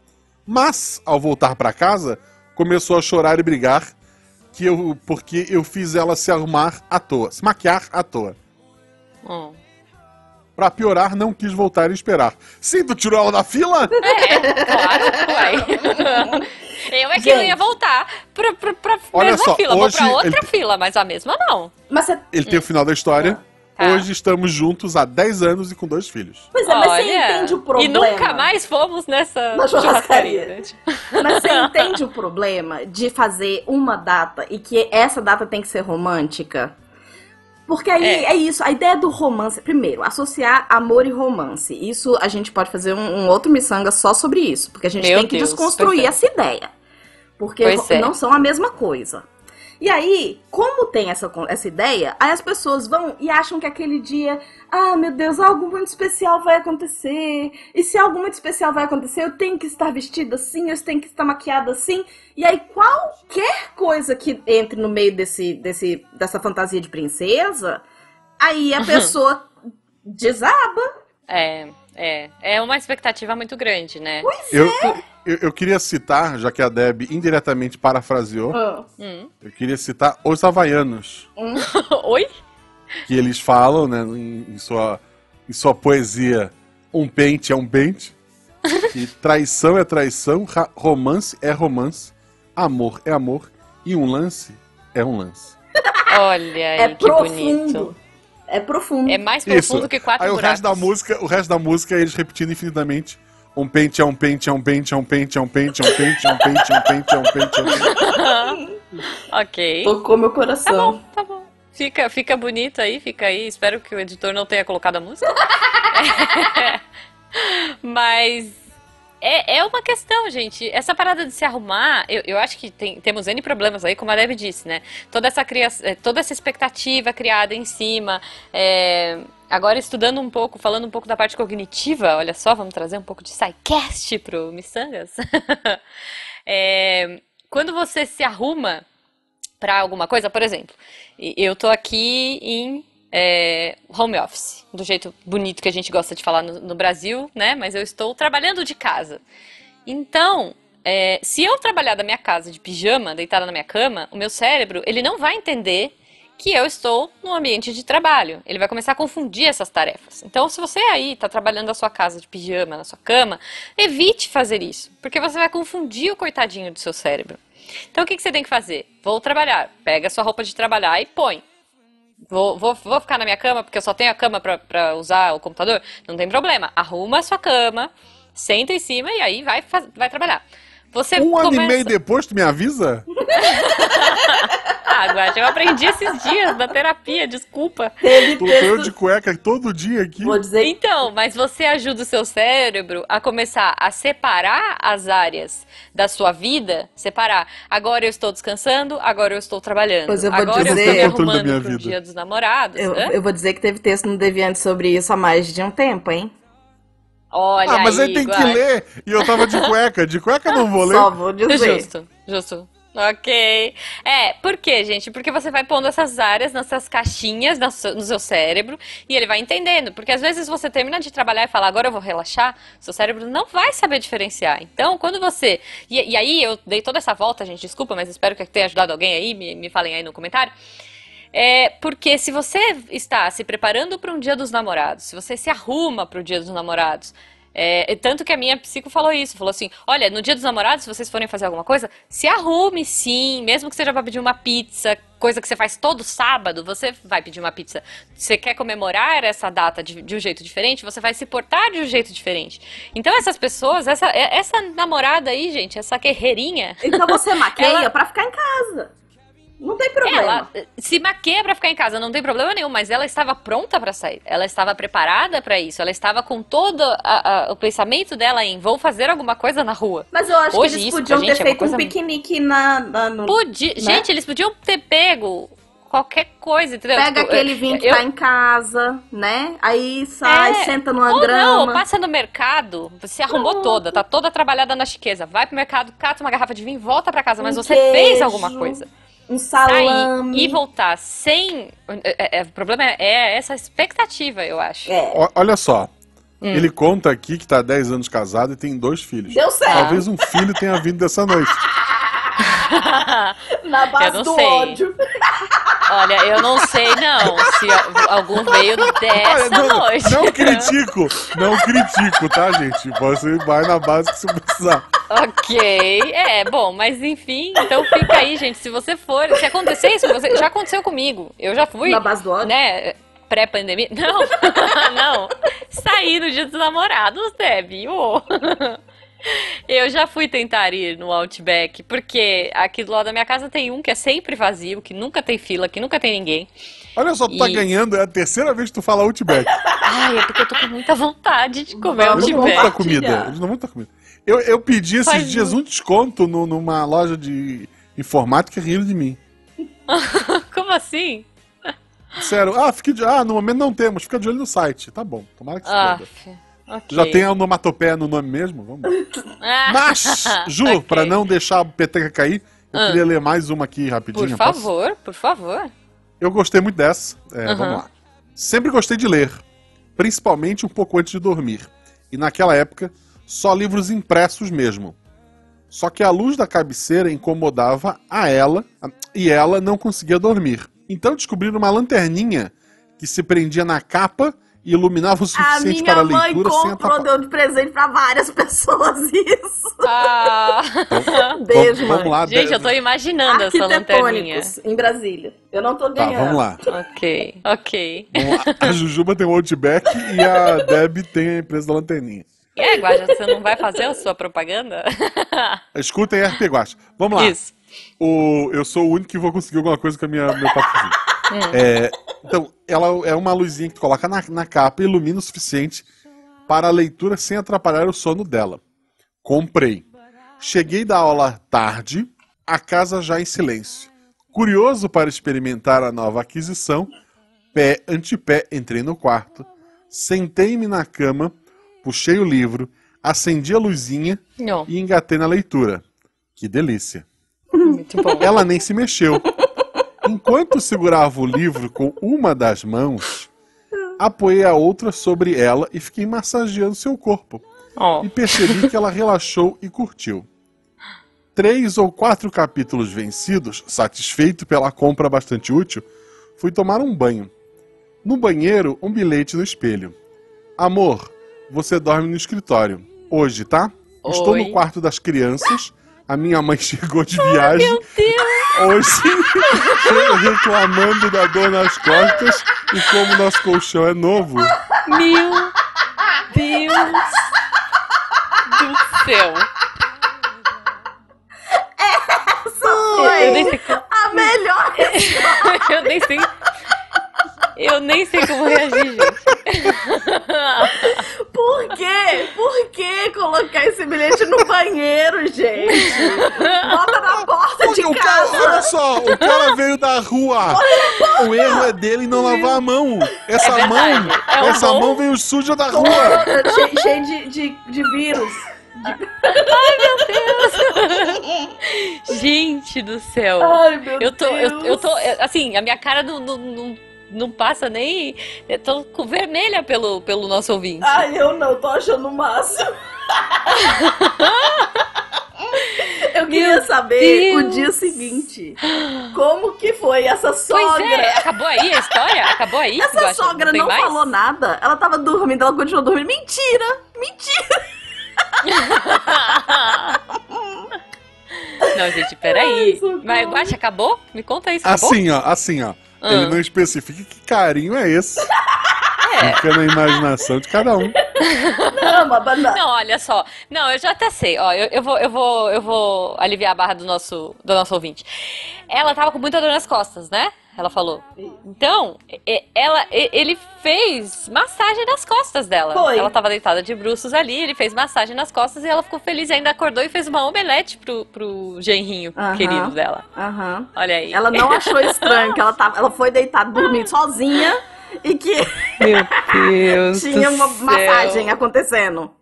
Mas, ao voltar para casa, começou a chorar e brigar que eu, porque eu fiz ela se arrumar à toa, se maquiar à toa.
Hum.
Pra piorar, não quis voltar e esperar. Sim, tu tirou ela da fila?
É, claro, uai. Eu é que não ia
Gente.
voltar pra, pra, pra
Olha
mesma
só,
fila.
hoje
Vou pra outra
ele-
fila, mas a mesma não.
Mas você.
Ele tem o final da história.
Tá.
Hoje estamos juntos há 10 anos e com dois filhos.
Pois é, mas você
Olha,
entende o
E
problema.
nunca mais fomos nessa
Na churrascaria.
churrascaria. né?
Mas você entende o problema de fazer uma data e que essa data tem que ser romântica? Porque aí
É.
é. isso, a ideia do romance. Primeiro, associar amor e romance. Isso a gente pode fazer um, um outro miçanga só sobre isso. Porque a gente
Meu
tem que
Deus,
desconstruir
pois é.
essa ideia. Porque
Pois é.
não são a mesma coisa. E aí, como tem essa, con- essa ideia, aí as pessoas vão e acham que aquele dia, ah, meu Deus, algo muito especial vai acontecer. E se algo muito especial vai acontecer, eu tenho que estar vestida assim, eu tenho que estar maquiada assim. E aí, qualquer coisa que entre no meio desse, desse, dessa fantasia de princesa, aí
Uhum.
a pessoa "Ah, desaba.
É, é. É uma expectativa muito grande, né?
Eu, eu, eu queria citar, já que a Deb indiretamente parafraseou,
Ah,
Hum.
eu queria citar os havaianos,
hum.
Oi?
que eles falam, né, em, em sua, em sua poesia, um pente é um pente, que traição é traição, ra- romance é romance, amor é amor, e um lance é um lance.
Olha aí,
É
que bonito.
profundo. É profundo.
É mais
Isso.
profundo que quatro
Aí o
buracos.
resto da música, o resto da música é eles repetindo infinitamente. Um pente é um pente, é um pente, é um pente, é um pente, é um pente, é um pente, é um pente, é um pente, é um pente.
ok.
Tocou meu
Tá
coração.
bom, tá bom. Fica, fica bonito aí, fica aí. Espero que o editor não tenha colocado a música. Mas é, é uma questão, gente. Essa parada de se arrumar, eu, eu acho que tem- temos N problemas aí, como a Deb disse, né? Toda essa, cria, eh, toda essa expectativa criada em cima. é, agora, estudando um pouco, falando um pouco da parte cognitiva, olha só, vamos trazer um pouco de sidecast pro Missangas. É, quando você se arruma para alguma coisa, por exemplo, e- eu tô aqui em é, home office, do jeito bonito que a gente gosta de falar no, no Brasil, né? Mas eu estou trabalhando de casa. Então, é, se eu trabalhar da minha casa de pijama, deitada na minha cama, o meu cérebro ele não vai entender que eu estou no ambiente de trabalho. Ele vai começar a confundir essas tarefas. Então, se você aí está trabalhando da sua casa de pijama, na sua cama, evite fazer isso, porque você vai confundir o coitadinho do seu cérebro. Então, o que, que você tem que fazer? Vou trabalhar. Pega a sua roupa de trabalhar e põe. Vou, vou, vou ficar na minha cama, porque eu só tenho a cama pra- pra usar o computador? Não tem problema. Arruma a sua cama, senta em cima e aí vai, faz- vai trabalhar. Você
Um ano e
começa-
meio depois, tu me avisa?
Ah, Guaxa, eu aprendi esses dias na terapia, desculpa.
Teve
Tô tô eu de
texto.
cueca todo dia aqui.
Vou dizer
Então, mas você ajuda o seu cérebro a começar a separar as áreas da sua vida, separar. Agora eu estou descansando, agora eu estou trabalhando.
Pois eu vou
agora eu
dizer-
estou
Eu não
me
tenho controle da
arrumando
minha
pro
vida.
Dia dos Namorados.
Eu,
Hã?
eu vou dizer que teve texto no Deviante sobre isso há mais de um tempo, hein?
Olha
ah, mas aí, tem
Guaxa.
que ler. E eu tava de cueca. De cueca eu não vou ler.
Só vou dizer.
Justo, justo. Ok. É, por quê, gente? Porque você vai pondo essas áreas nessas caixinhas na su- no seu cérebro e ele vai entendendo. Porque às vezes você termina de trabalhar e fala, agora eu vou relaxar, seu cérebro não vai saber diferenciar. Então, quando você. E, e aí eu dei toda essa volta, gente, desculpa, mas espero que tenha ajudado alguém aí, me, me falem aí no comentário. É, porque se você está se preparando para um dia dos namorados, se você se arruma para o dia dos namorados, é, e tanto que a minha psico falou isso, falou assim: olha, no dia dos namorados, se vocês forem fazer alguma coisa, se arrume sim, mesmo que seja pra pedir uma pizza, coisa que você faz todo sábado, você vai pedir uma pizza. Você quer comemorar essa data de, de um jeito diferente, você vai se portar de um jeito diferente. Então, essas pessoas, essa, é- essa namorada aí, gente, essa guerreirinha,
Então você maqueia
Ela-
pra ficar em casa. Não tem problema.
ela eh, se maqueia pra ficar em casa, não tem problema nenhum, mas ela estava pronta pra sair. Ela estava preparada pra isso. Ela estava com todo a- a- o pensamento dela em vou fazer alguma coisa na rua.
Mas eu acho
Hoje
que eles
isso
podiam
pra
ter
gente é uma
feito um
coisa-
piquenique na, na- no...
Podia...
Né?
Gente, eles podiam ter pego qualquer coisa, entendeu?
Pega
Tipo,
aquele vinho que
eu-
tá em casa, né? Aí sai,
É,
senta numa
Ou
grama.
não, passa no mercado, se arrumou
Pronto.
toda, tá toda trabalhada na chiqueza. Vai pro mercado, cata uma garrafa de vinho, e volta pra casa, mas
Um
você fez
queijo,
alguma coisa.
Um
Sair
salame.
e voltar sem. é- é- o problema é, é essa expectativa, eu acho.
É.
O- olha só.
Hum.
Ele conta aqui que tá há 10 anos casado e tem dois filhos.
Deu certo.
Talvez um filho tenha vindo dessa noite.
Na
Eu
base
não
do
sei.
ódio.
Olha, eu não sei não se a- algum veio
Olha,
dessa
não,
noite.
não critico, não critico, tá, gente? Você vai na base que você precisar.
Ok, é, bom, mas enfim, então fica aí, gente. Se você for, se acontecer isso com você, já aconteceu comigo. Eu já fui,
Na base do ódio.
né, pré-pandemia. Não, não. Saí no dia dos namorados, Debbie. ô. Eu já fui tentar ir no Outback, porque aqui do lado da minha casa tem um que é sempre vazio, que nunca tem fila, que nunca tem ninguém.
Olha só, tu tá
E-
ganhando, é a terceira vez que tu fala Outback.
Ai, é porque eu tô com muita vontade de comer
Vamos
Eles não vão te
Outback.
dar
Outback.
comida. Eles não vão te dar comida. Eu, eu pedi esses um
Faz
dias um desconto no- numa loja de informática e riram de mim.
Como assim?
Sério, ah, fique de... ah, no momento não temos, fica de olho no site. Tá bom, tomara que se
Ah,
foda.
f- ok.
Já tem a onomatopeia no nome mesmo? Vamos lá.
Ah,
Mas, Ju,
ok.
pra não deixar a peteca cair, eu
Ah.
queria ler mais uma aqui rapidinho.
Por
posso?
favor, por favor.
Eu gostei muito dessa. É,
Aham.
Vamos lá. Sempre gostei de ler, principalmente um pouco antes de dormir. E naquela época, só livros impressos mesmo. Só que a luz da cabeceira incomodava a ela e ela não conseguia dormir. Então descobriram uma lanterninha que se prendia na capa e iluminava o
A
suficiente para
minha
a
mãe
leitura sem
comprou,
atrapalhar.
deu de presente pra várias pessoas isso.
Ah,
Beijo,
vamos
mãe.
lá,
gente, eu tô imaginando essa lanterninha.
Arquitetônicos, em Brasília. Eu não tô
Tá,
ganhando.
vamos lá.
Ok, ok.
Vamos lá. A Jujuba tem o Outback e a Deb tem a empresa da lanterninha.
E aí, Guaja, você não vai fazer a sua propaganda?
Escutem RP Guacha. Vamos lá.
Isso.
O, eu sou o único que vou conseguir alguma coisa com a minha, meu papozinho.
Hum.
É, então, ela é uma luzinha que tu coloca na, na capa e ilumina o suficiente para a leitura sem atrapalhar o sono dela. Comprei. Cheguei da aula tarde, a casa já em silêncio. Curioso para experimentar a nova aquisição, pé ante pé entrei no quarto, sentei-me na cama, puxei o livro, acendi a luzinha
Não,
e engatei na leitura. Que delícia!
muito bom.
Ela nem se mexeu. Enquanto segurava o livro com uma das mãos, apoiei a outra sobre ela e fiquei massageando seu corpo.
Ó,
E percebi que ela relaxou e curtiu. Três ou quatro capítulos vencidos, satisfeito pela compra bastante útil, fui tomar um banho. No banheiro, um bilhete no espelho. Amor, você dorme no escritório. Hoje, tá? Estou
Oi.
no quarto das crianças. A minha mãe chegou de viagem
Meu Deus,
hoje reclamando da dor nas costas e como nosso colchão é novo.
meu Deus do céu. Eu- Eu nem sei como.
A melhor
Eu nem sei. Eu nem sei como reagir, gente.
Por quê? Por que colocar esse bilhete no banheiro, gente? Bota na porta de
o cara,
casa.
olha só, o cara veio da rua. O erro é dele não lavar a mão. Essa
É
mão,
verdade, é um
essa
bom-
mão veio suja da rua.
Toda che- Cheio de, de, de vírus.
Gente do céu.
Ai, meu
Eu tô,
Deus.
eu, eu tô, eu- assim, a minha cara não, não, não, não passa nem. Eu tô com vermelha pelo, pelo nosso ouvinte.
Ai, eu não, tô achando o máximo. Eu queria saber o
Deus.
dia seguinte. Como que foi essa
Pois é,
sogra?
acabou aí a história? Acabou aí?
Essa
Guaxa?
sogra
tem
não
mais?
falou nada. Ela tava dormindo, ela continuou dormindo. Mentira! Mentira!
não, gente, peraí.
Ai, socorro.
Mas, Guaxa, acabou? Me conta isso, acabou?
Assim, ó, assim, ó.
Ah.
Ele não especifica que carinho é esse.
É.
Fica na imaginação de cada um.
Não, uma banana.
Não, olha só. Não, eu já até sei. Ó, eu, eu vou, eu, vou, eu vou aliviar a barra do nosso, do nosso ouvinte. Ela tava com muita dor nas costas, né? Ela falou. Então, e- ela, e- ele fez massagem nas costas dela.
Foi.
Ela tava deitada de bruços ali, ele fez massagem nas costas e ela ficou feliz e ainda acordou e fez uma omelete pro, pro genrinho
Aham.
querido dela.
Aham.
Olha aí.
Ela não achou estranho que ela tava, ela foi deitada dormir sozinha e que
Meu Deus
tinha uma massagem acontecendo.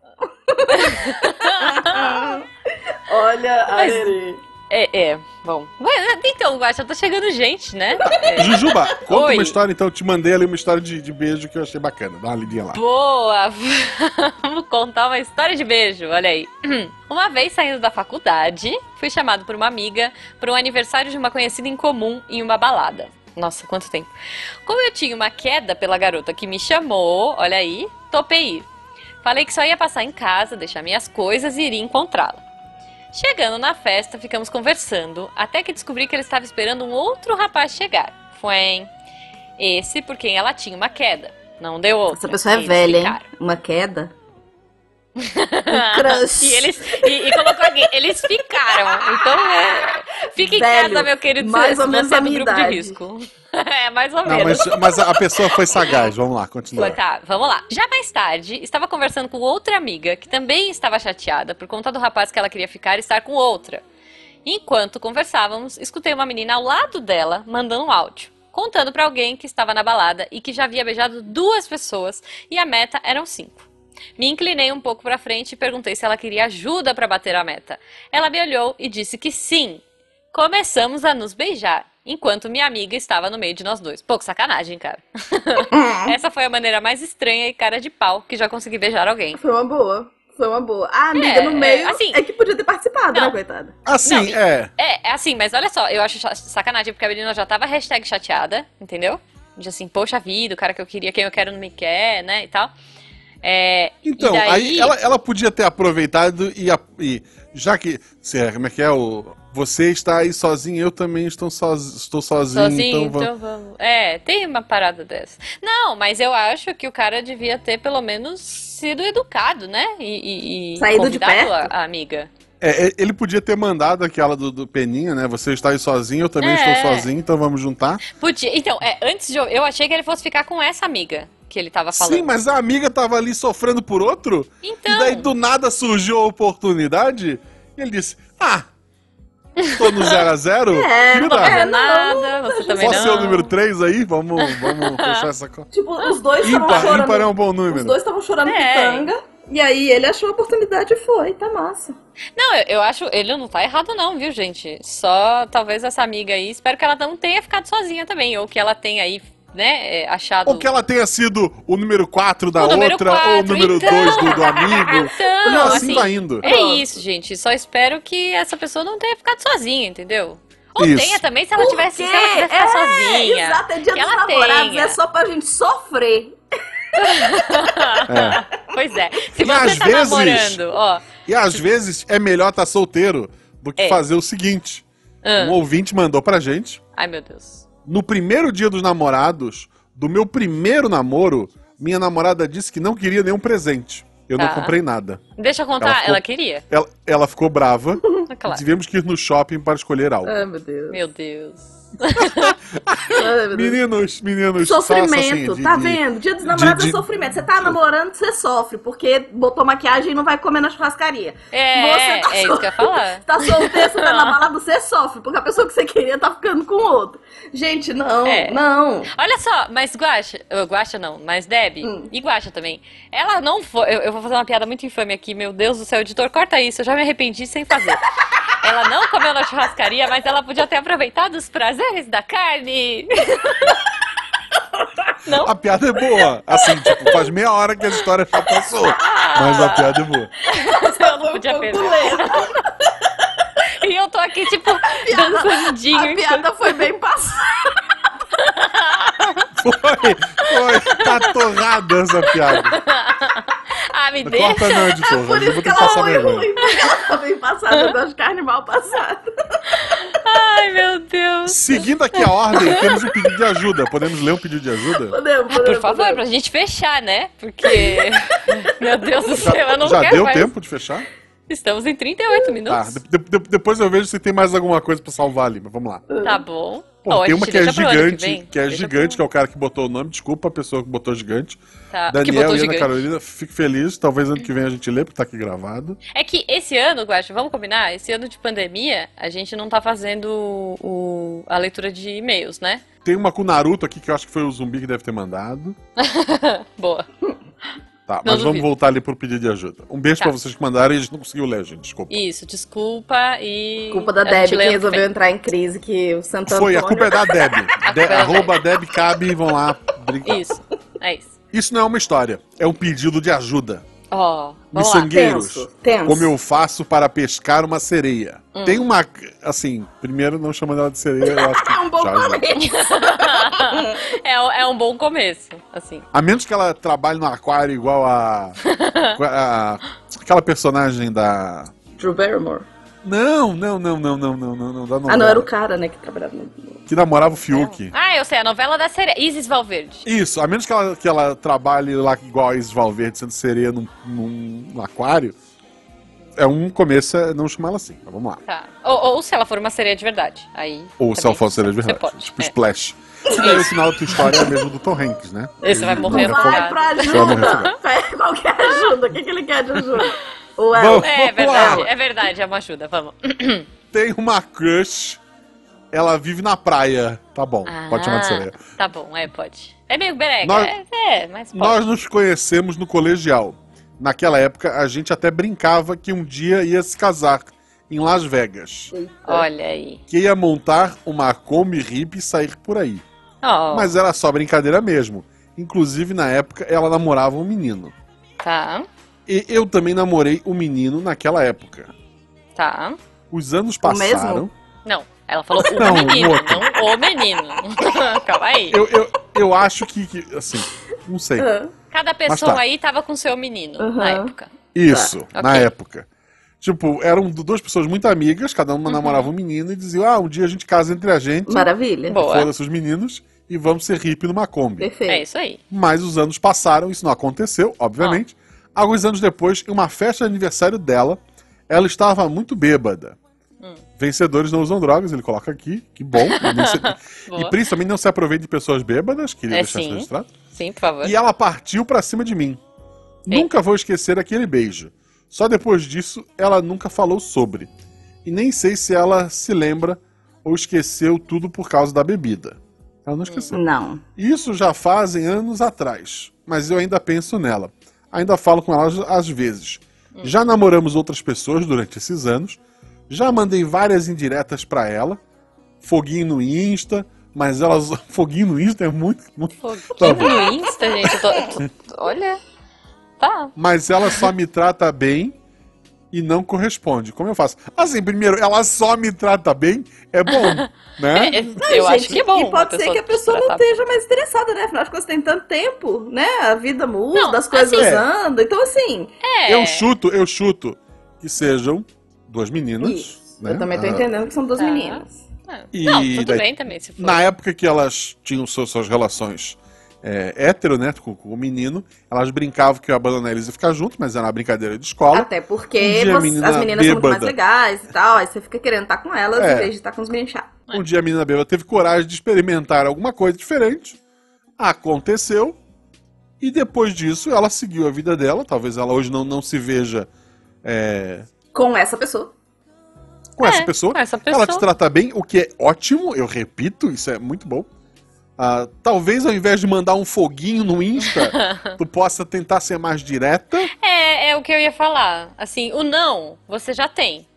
Olha, a
Mas-
Eri.
É, é. Bom. Ué, Então, Guaxa, tá chegando gente, né? É.
Jujuba, conta
Oi.
uma história, então. Eu te mandei ali uma história de, de beijo que eu achei bacana. Dá uma lidinha lá.
Boa! Vamos contar uma história de beijo, olha aí. Uma vez saindo da faculdade, fui chamado por uma amiga para um aniversário de uma conhecida em comum em uma balada. Nossa, quanto tempo. Como eu tinha uma queda pela garota que me chamou, olha aí, topei ir. Falei que só ia passar em casa, deixar minhas coisas e iria encontrá-la. Chegando na festa, ficamos conversando, até que descobri que ela estava esperando um outro rapaz chegar. Foi esse por quem ela tinha uma queda. Não deu outra.
Essa pessoa é
Eles
velha, hein?
ficaram.
Uma queda. Um crush.
E eles e, e colocou aqui, eles ficaram. Então, é, fique em
Velho,
casa, meu querido,
mais
se
ou menos
você é
a
do
minha
grupo de
idade.
risco. É, mais ou
Não,
menos.
mas, mas a pessoa foi sagaz. Vamos lá, continua.
Foi, tá, vamos lá. Já mais tarde, estava conversando com outra amiga que também estava chateada por conta do rapaz que ela queria ficar e estar com outra. Enquanto conversávamos, escutei uma menina ao lado dela mandando um áudio, contando pra alguém que estava na balada e que já havia beijado duas pessoas e a meta eram cinco. Me inclinei um pouco pra frente e perguntei se ela queria ajuda pra bater a meta. Ela me olhou e disse que sim. Começamos a nos beijar, enquanto minha amiga estava no meio de nós dois. Pô, que sacanagem, cara.
É.
Essa foi a maneira mais estranha e cara de pau que já consegui beijar alguém.
Foi uma boa. Foi uma boa. A amiga
É,
no meio
é, assim-
é que podia ter participado,
Não.
né, coitada?
Assim,
Não, e-
é.
É, é assim, mas olha só, eu acho cha- sacanagem, porque a menina já tava hashtag chateada, entendeu? De assim, poxa vida, o cara que eu queria, quem eu quero não me quer, né, e tal. É,
Então,
e daí,
aí ela, ela podia ter aproveitado e, a- e- já que. se é, como é que é? O, você está aí sozinho, eu também estou, soz- estou sozinho,
sozinho,
então vamos.
então vamos... É, tem uma parada dessa. Não, mas eu acho que o cara devia ter pelo menos sido educado, né? E, e- e
Saído de
convidado a-
perto.
a amiga.
É, é, ele podia ter mandado aquela do, do Peninha, né? Você está aí sozinho, eu também
É.
estou sozinho, então vamos juntar.
Podia. Então, é, antes de eu, eu achei que ele fosse ficar com essa amiga que ele tava falando.
Sim, mas a amiga tava ali sofrendo por outro,
Então,
e daí do nada surgiu a oportunidade, e ele disse: Ah, tô no 0 a 0
É,
me
não
dá. né?
é
não,
nada, você também
Posso ser
não.
o número 3 aí? Vamos, vamos fechar essa conta.
Tipo, os dois estavam
Ímpar, ímpar é
chorando.
um bom
né? Os
número.
dois estavam chorando
É.
pitanga. E aí ele achou a oportunidade e foi, tá massa.
Não, eu, eu acho, ele não tá errado não, viu, gente? Só talvez essa amiga aí, espero que ela não tenha ficado sozinha também, ou que ela tenha aí, né, é, achado
Ou que ela tenha sido o número 4 da
O número
outra, ou o
quatro,
número 2
então.
do, do amigo.
Então,
Não, assim
assim,
tá indo.
é
Pronto.
isso, gente. Só espero que essa pessoa não tenha ficado sozinha, entendeu? Ou
Isso.
tenha também, se ela
Por
tivesse, se
quê?
ela quiser ficar
É,
sozinha.
exato, é dia
que
dos
ela
namorados,
tenha.
é só pra gente sofrer.
É.
Pois é. Se
E às
você tá
vezes-
namorando, ó,
E às vezes é melhor estar solteiro do que
É.
fazer o seguinte:
Ah.
um ouvinte mandou pra gente.
ai meu Deus.
No primeiro dia dos namorados, do meu primeiro namoro, minha namorada disse que não queria nenhum presente. Eu não
Tá.
comprei nada.
Deixa eu contar,
Ela
ela,
ficou-
queria?
Ela, ela ficou brava.
Ah, Claro. Ah,
Tivemos que ir no shopping para escolher algo.
Ai, meu Deus.
Meu Deus.
Ai, meu Deus.
Meninos, meninos, faça assim,
Sofrimento,
de-
tá
de-
vendo? Dia dos namorados
de-
é sofrimento. Você tá namorando, você sofre, porque botou maquiagem e não vai comer na churrascaria.
É,
Você tá
é isso que eu ia falar.
Tá solteiro, você tá na balada, você sofre, porque a pessoa que você queria tá ficando com outro. Gente, não,
É.
não.
Olha só, mas Guaxa, ô, Guaxa não, mas Deb
Hum.
e Guaxa também. Ela não foi, eu, eu vou fazer uma piada muito infame aqui, meu Deus do céu, editor, corta isso, eu já me arrependi sem fazer. Ela não comeu na churrascaria, mas ela podia ter aproveitado os prazeres da carne. Não?
A piada é boa. Assim, tipo, faz meia hora que a história já passou. Mas a piada é boa.
eu não podia perder. E eu tô aqui, tipo, dançandinho.
A piada foi bem passada.
Foi, foi. Tá torrada essa piada.
Tá Ah, me
Corta
deixa.
não, editor.
Por
Eu
isso
vou
que
ter que
ela
passar
foi
vergonha.
ruim, porque ela foi bem passada. Eu gosto de carne mal passada.
Ai, meu Deus.
Seguindo aqui a ordem, temos um pedido de ajuda. Podemos ler um pedido de ajuda?
Podemos,
Por
podemos,
favor,
podemos.
pra gente fechar, né? Porque. Meu Deus do
Já,
céu, eu não
já
quero
deu
mais.
tempo de fechar?
Estamos em
Ah,
38
Tá,
minutos.
de- de- depois eu vejo se tem mais alguma coisa pra salvar ali, mas vamos lá.
Tá bom.
Pô,
Ó, a
tem
gente
uma que é
deixa pro ano
gigante, que,
vem.
é
Deixa
gigante, que
pro-
é o cara que botou o nome, desculpa a pessoa que botou gigante.
Tá, que
Daniel
botou
e Ana
gigante.
Carolina, fique feliz, talvez ano que vem a gente lê, porque tá aqui gravado.
É que esse ano, Guaxa, vamos combinar? Esse ano de pandemia, a gente não tá fazendo o- a leitura de e-mails, né?
Tem uma com o Naruto aqui, que eu acho que foi o zumbi que deve ter mandado.
Boa.
Tá,
Não
mas vamos
duvido.
voltar ali pro pedido de ajuda. Um beijo
Tá.
pra vocês que mandaram e a gente não conseguiu ler, gente, desculpa.
Isso, desculpa e.
Culpa da
a gente
Deb que
lê ano que
resolveu
vem.
entrar em crise, que o Santo
Foi, a
Antônio-
culpa é da Deb. De,
é da
arroba Deb cabe, vão lá brigar.
Isso, é isso.
Isso não é uma história, é um pedido de ajuda.
Ó, vamos lá.
Miçangueiros,
Tenso, tenso.
como eu faço para pescar uma sereia? Tem uma. Assim, primeiro não chamando ela de sereia, eu acho que.
É um bom
já ajuda.
começo.
é, o- é um bom começo, assim.
A menos que ela trabalhe no aquário igual a. a- aquela personagem da.
Drew Barrymore.
Não, não, não, não, não, não, não, não, da novela.
Ah, não, era o cara, né, que trabalhava no...
Que namorava o Fiuk.
Ah, eu sei, a novela da sereia. Isis Valverde.
Isso, a menos que ela, que ela trabalhe lá igual a Isis Valverde sendo sereia num, num- num aquário. É um começo, é não chamar ela assim, mas vamos lá.
Tá. Ou, ou se ela for uma sereia de verdade. Aí.
Ou
também
se ela fosse sereia de
Tá você
verdade.
pode,
Tipo,
é.
Splash. E aí o final da tua história é mesmo do Tom Hanks, né?
Esse vai
Ele
morrer
não
afogado.
refor-
Vai pra
Só não refuga.
ajuda. Vai, é Qualquer ajuda. O que, que ele quer de ajuda? Ué,
Bom,
É
Vamos lá.
verdade, é verdade, é uma ajuda, vamos.
Tem uma crush. Ela vive na praia. Tá bom, pode chamar de sereia.
Ah, Tá bom, é, pode. É meio brega,
Nós-
é, é, mas pode.
Nós nos conhecemos no colegial. Naquela época, a gente até brincava que um dia ia se casar em Las Vegas.
Olha aí.
Que ia montar uma Kombi hippie e sair por aí.
Ó,
Mas era só brincadeira mesmo. Inclusive, na época, ela namorava um menino.
tá,
E eu também namorei um menino naquela época.
tá.
Os anos
O mesmo?
passaram.
Não, ela falou o
Não,
menino,
o outro.
não o menino. Calma aí.
Eu, eu, eu acho que, que, Assim, não sei.
Ah,
Cada pessoa
tá.
aí tava com seu menino
Uhum.
na época.
Isso,
Tá,
na
ok.
época. Tipo, eram du- duas pessoas muito amigas, cada
Uhum.
uma namorava um menino e diziam: Ah, um dia a gente casa entre a gente,
Maravilha.
Boa.
foda-se os meninos, e vamos ser hippie numa Kombi.
É
Perfeito.
isso aí.
Mas os anos passaram, isso não aconteceu, obviamente.
Ah.
Alguns anos depois, em uma festa de aniversário dela, ela estava muito bêbada.
Hum.
Vencedores não usam drogas, ele coloca aqui, que bom. E, nem se- e
Boa.
principalmente não se aproveita de pessoas bêbadas, queria
É,
deixar
sim.
isso registrado.
Sim, por favor.
E ela partiu pra cima de mim.
Ei.
Nunca vou esquecer aquele beijo. Só depois disso, ela nunca falou sobre. E nem sei se ela se lembra ou esqueceu tudo por causa da bebida. Ela não esqueceu.
Não.
Isso já fazem anos atrás, mas eu ainda penso nela. Ainda falo com ela às vezes. Já namoramos outras pessoas durante esses anos. Já mandei várias indiretas pra ela. Foguinho no Insta, mas ela. Foguinho no Insta é muito. muito...
Foguinho no Insta, gente. eu tô- eu tô- tô- olha. Tá.
mas ela só me trata bem e não corresponde. Como eu faço? Assim, primeiro, ela só me trata bem, é bom, né?
É,
Não,
eu
gente,
acho que é bom.
E pode ser que a pessoa não
tenha.
esteja mais interessada, né? Afinal de contas, tem tanto tempo, né? A vida muda,
Não,
as coisas
assim-
andam. Então, assim.
É.
Eu chuto, eu chuto que sejam duas meninas,
isso.
né?
Eu também tô
Ah,
entendendo que são duas
Tá.
meninas.
Ah,
E
Não, tudo
daí-
bem também, se for.
Na época que elas tinham su- suas relações é, hétero, né, com, com o menino, elas brincavam que eu ia abandonar eles e ficar junto, mas era uma brincadeira de escola.
Até
Um
porque
dia a
você-
menina
as meninas são muito mais
bêbada.
legais e tal. Aí você fica querendo estar com elas
É.
em vez de estar com os meninos chatos.
Um dia a menina bêbada teve coragem de experimentar alguma coisa diferente. Aconteceu. E depois disso, ela seguiu a vida dela. Talvez ela hoje não, não se veja é,
Com essa pessoa.
com
É,
essa pessoa.
com essa
Ela
pessoa.
te trata bem, o que é ótimo, eu repito, isso é muito bom. Ah, talvez ao invés de mandar um foguinho no Insta, tu possa tentar ser mais direta.
É, é o que eu ia falar. Assim, o não, você já tem,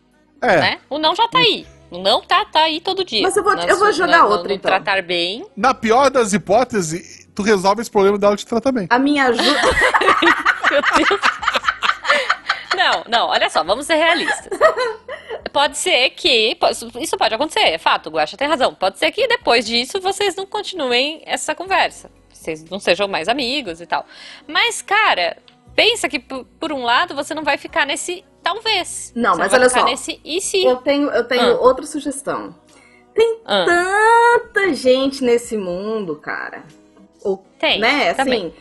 É,
né? O não já tá aí. O não tá, tá aí todo dia.
Mas eu vou-
Na
eu
sua-
vou jogar
na- no-
outra,
no
então.
tratar bem.
na pior das hipóteses, tu resolve esse problema dela te tratar bem.
A minha ajuda.
Meu Deus. Não, não, olha só, vamos ser realistas. Pode ser que. po- isso- Isso pode acontecer, é fato, o Guaxa tem razão. Pode ser que depois disso vocês não continuem essa conversa. Vocês não sejam mais amigos e tal. Mas, cara, pensa que por, por um lado você não vai ficar nesse talvez.
Não,
Você
mas
vai
olha
ficar
só.
nesse e se.
eu tenho, eu tenho
Ah.
outra sugestão.
Ah,
Tanta gente nesse mundo, cara. Ou,
tem. tá
né?
também.
Assim.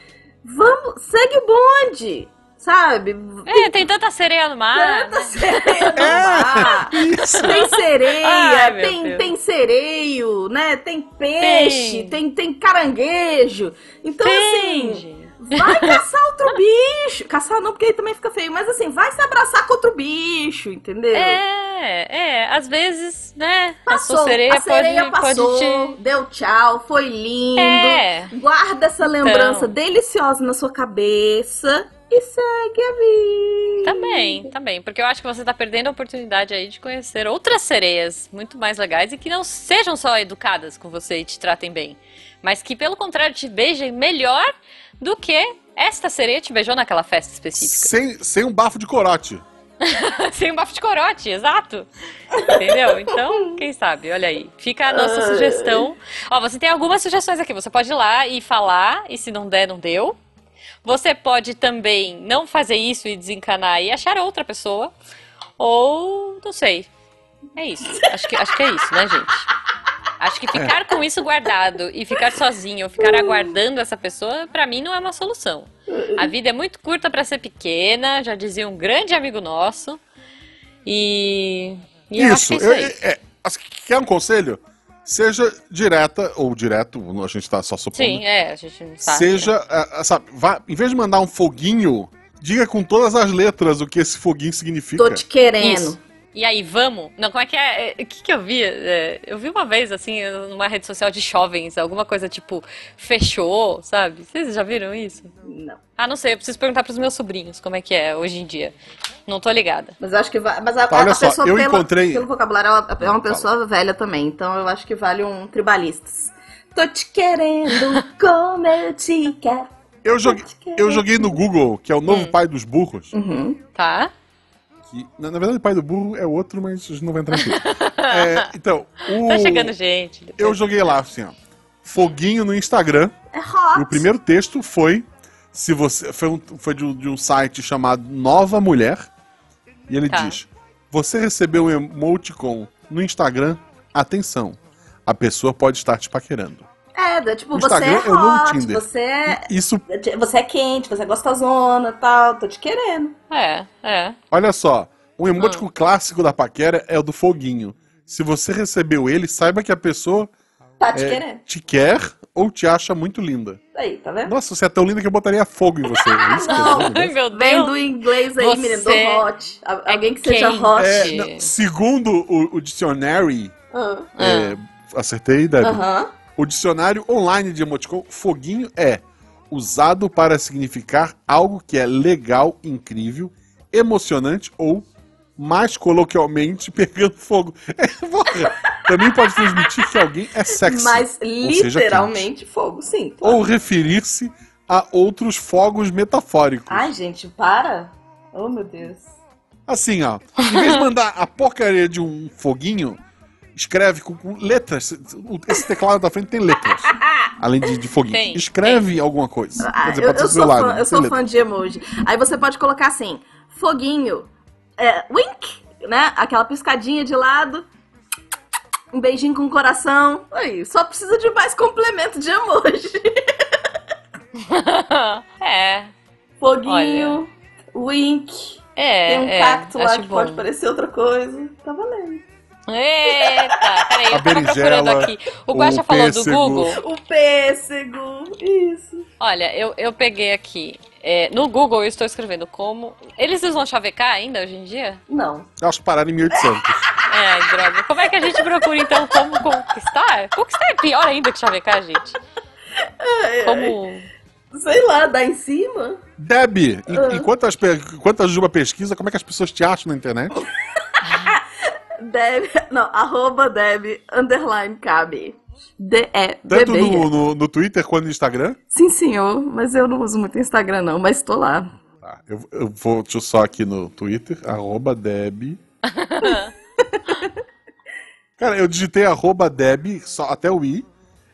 Vamos. Segue o bonde. Sabe?
É, tem tanta sereia no mar.
Tanta sereia no mar.
Ah,
Isso!
Tem sereia,
Ai, meu
tem,
Deus.
tem sereio, né? Tem peixe,
Tem.
tem, tem caranguejo. Então,
Tem,
assim,
gente.
vai caçar outro bicho. Caçar não, porque aí também fica feio. Mas, assim, vai se abraçar com outro bicho, entendeu?
É, é, às vezes, né? a
passou,
sua sereia,
a sereia
pode,
passou,
pode
deu tchau, foi lindo.
te. É.
Guarda essa lembrança deliciosa na sua cabeça e segue a vida.
tá Também, também, porque eu acho que você tá perdendo a oportunidade aí de conhecer outras sereias muito mais legais e que não sejam só educadas com você e te tratem bem, mas que pelo contrário te beijem melhor do que esta sereia te beijou naquela festa específica.
Sem, sem um bafo de corote.
Sem um bafo de corote, exato. Entendeu? Então, quem sabe, olha aí. Fica a nossa
Ai.
sugestão. Ó, você tem algumas sugestões aqui. Você pode ir lá e falar, e se não der, não deu. Você pode também não fazer isso e desencanar e achar outra pessoa. Ou, não sei. É isso. Acho que, acho que é isso, né, gente? Acho que
É.
ficar com isso guardado e ficar sozinho, ou ficar aguardando essa pessoa, pra mim não é uma solução. A vida é muito curta pra ser pequena, já dizia um grande amigo nosso. E, e eu acho que é isso
eu-
aí.
é, acho que- quer um conselho? Seja direta ou direto, a gente tá só supondo.
Sim, é, a gente não sabe.
Seja, ah, ah, sabe, vá- em vez de mandar um foguinho, diga com todas as letras o que esse foguinho significa.
Tô te querendo.
Isso. E aí, vamos? Não, como é que é? É, O que que eu vi? É, eu vi uma vez, assim, numa rede social de jovens, alguma coisa tipo, fechou, sabe? Vocês já viram isso?
Não.
Ah, não sei, eu preciso perguntar pros meus sobrinhos como é que é hoje em dia. Não tô ligada.
Mas eu acho que vai. Mas a,
Tá, olha
a
só,
pessoa
eu
pela-
encontrei-
pelo vocabulário é uma, é uma
Fala.
pessoa velha também, então eu acho que vale um tribalistas. Tô te querendo como eu te quero.
Eu joguei, eu joguei no Google, que é o
Hum.
novo pai dos burros.
Uhum.
Tá?
que- na, na verdade, o pai do burro é outro, mas a gente não vai entrar aqui. É, então, o-
Tá chegando gente.
eu joguei lá, assim, ó. Foguinho no Instagram.
É
E
hot.
o primeiro texto foi se você foi, um- foi de, um, de um site chamado Nova Mulher e ele
Tá.
diz: você recebeu um emoticon no Instagram? Atenção, a pessoa pode estar te paquerando.
É, tipo,
O
você é
Instagram é o novo
hot,
Tinder.
você é.
Isso,
Você é quente, você é gostosona e tal, tô te querendo.
É, é.
olha só, um emoticon
Ah.
clássico da paquera é o do foguinho. Se você recebeu ele, saiba que a pessoa
Tá te
É.
querendo.
te quer ou te acha muito linda.
Aí, tá vendo?
Nossa, você é tão linda que eu botaria fogo em você. É isso que é
Não,
maravilhoso?
Ai, meu
Vem
Deus.
do inglês aí,
Você
menino, do hot. A- Alguém que seja
quente.
hot.
É, não, segundo o, o dicionário,
Ah,
Ah.
é, acertei, Debbie?
Aham.
O dicionário online de emoticon foguinho é usado para significar algo que é legal, incrível, emocionante ou, mais coloquialmente, pegando fogo. É, porra, também pode transmitir que alguém é sexy.
Mas
seja,
literalmente fogo, sim. claro.
Ou referir-se a outros fogos metafóricos.
Ai, gente, para. Oh, meu Deus.
Assim, ó. Em vez de mandar a porcaria de um foguinho, escreve com, com letras. O- Esse teclado da frente tem letras. Além de, de foguinho.
Tem,
escreve alguma coisa.
Ah,
Quer dizer,
eu,
pode ser
eu
do
sou,
celular,
fã,
né?
eu sou
Tem letra.
fã de emoji. Aí você pode colocar assim, foguinho, é, wink, né? Aquela piscadinha de lado, um beijinho com o coração. Aí, só precisa de mais complemento de emoji.
é,
Foguinho, wink,
é.
tem um
é,
cacto lá
acho
que
bom.
pode parecer outra coisa. Tá valendo.
Eita, peraí,
A
eu tava procurando
berinjela,
aqui. O Guaxa
o
falou
pêssego.
do Google.
O pêssego, isso.
Olha, eu, eu peguei aqui. é, no Google eu estou escrevendo como. Eles usam chavecar ainda hoje em dia?
Não.
Eu acho que pararam em 1800.
É, droga. Como é que a gente procura então como conquistar? Conquistar é pior ainda que chavecar, gente. Como.
Sei lá, dá em cima?
Deb, en-
Ah.
enquanto, as, pe- enquanto a Juba pesquisa, como é que as pessoas te acham na internet?
Deb, não, arroba Deb, underline cabe. d e b
Tanto
b
no, no, no Twitter quanto no Instagram.
Sim, senhor, mas eu não uso muito Instagram, não, mas tô lá.
Tá, eu, eu vou deixa eu só aqui no Twitter, arroba Deb. Cara, eu digitei arroba Deb, só, até o I,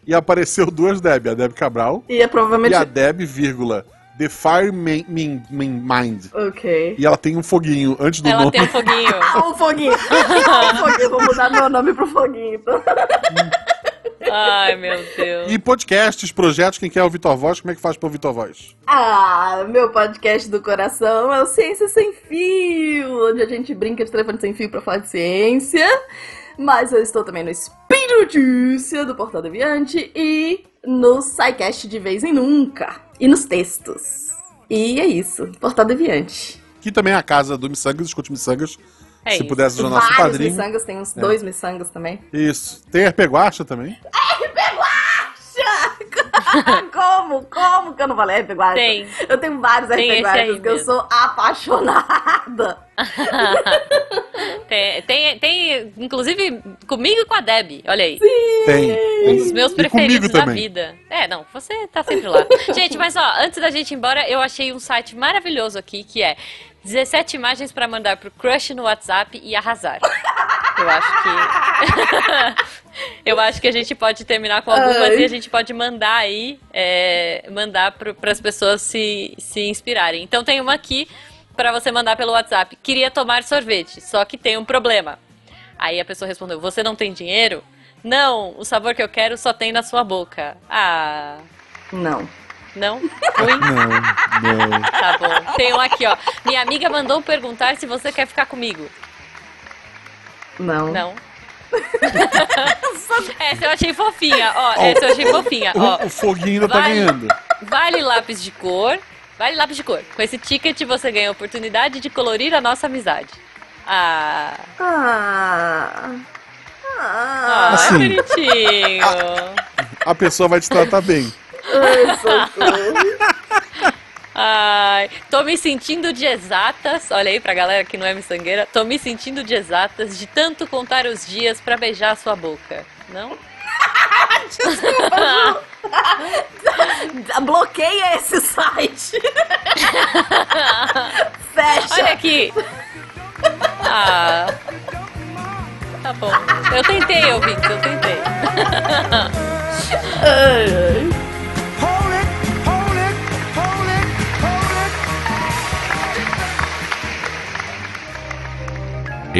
e apareceu duas Deb, a Deb Cabral
E é provavelmente.
e a Deb, vírgula, The Fire Min- Min- Min- Mind.
Ok.
E ela tem um foguinho antes do
Ela
nome.
tem um foguinho.
Ah, o foguinho! o foguinho, vou mudar meu nome pro foguinho. Então.
Ai, meu Deus.
E podcasts, projetos, quem quer ouvir tua voz, como é que faz pra ouvir tua voz?
Ah, meu podcast do coração é o Ciência Sem Fio, onde a gente brinca de telefone sem fio pra falar de ciência. Mas eu estou também no Speed Notícia do Portal Deviante e no SciCast de Vez em Nunca. E nos textos. E é isso, Portal Deviante.
Que também é a casa do Missangas, escute Missangas.
É
se
isso.
pudesse ajudar nosso
Vários
padrinho.
miçangas, tem uns
É.
dois miçangas também.
Isso. Tem Arpeguacha também.
como? Como que eu não falei RP Guarda?
Tem.
Eu tenho vários
Tem
RP
esse
Guardas
aí
que eu
mesmo.
sou apaixonada.
Tem, tem, tem, inclusive, comigo e com a Deb. Olha aí.
Tem. tem.
Os meus
E
preferidos
comigo
da
também.
vida. É, não, você tá sempre lá. gente, mas ó, antes da gente ir embora, eu achei um site maravilhoso aqui que é 17 imagens pra mandar pro crush no WhatsApp e arrasar. Eu acho que. eu acho que a gente pode terminar com algumas
Ai.
e a gente pode mandar aí, é, mandar para as pessoas se, se inspirarem. Então tem uma aqui pra você mandar pelo WhatsApp. Queria tomar sorvete, só que tem um problema. Aí a pessoa respondeu: Você não tem dinheiro? Não, o sabor que eu quero só tem na sua boca. Ah,
Não.
não? Ruim?
Não, não.
Tá bom. Tem um aqui, ó. Minha amiga mandou perguntar se você quer ficar comigo.
Não.
Não. essa eu achei fofinha, ó. Essa eu achei fofinha, ó.
O, o foguinho ainda tá
Vai.
ganhando.
Vale lápis de cor. Vale lápis de cor. Com esse ticket você ganha a oportunidade de colorir a nossa amizade. Ah,
Ah.
ah,
Ah.
Assim.
é bonitinho.
A pessoa vai te tratar bem.
Ai, socorro.
Ai, tô me sentindo de exatas. Olha aí pra galera que não é miçangueira. Tô me sentindo de exatas de tanto contar os dias pra beijar a sua boca. Não?
Bloqueia esse site. Fecha.
Olha aqui. Ah. Tá bom. Eu tentei, ouvinte, eu tentei.
Ai, ai.
Hold it, hold it, hold it, hold it.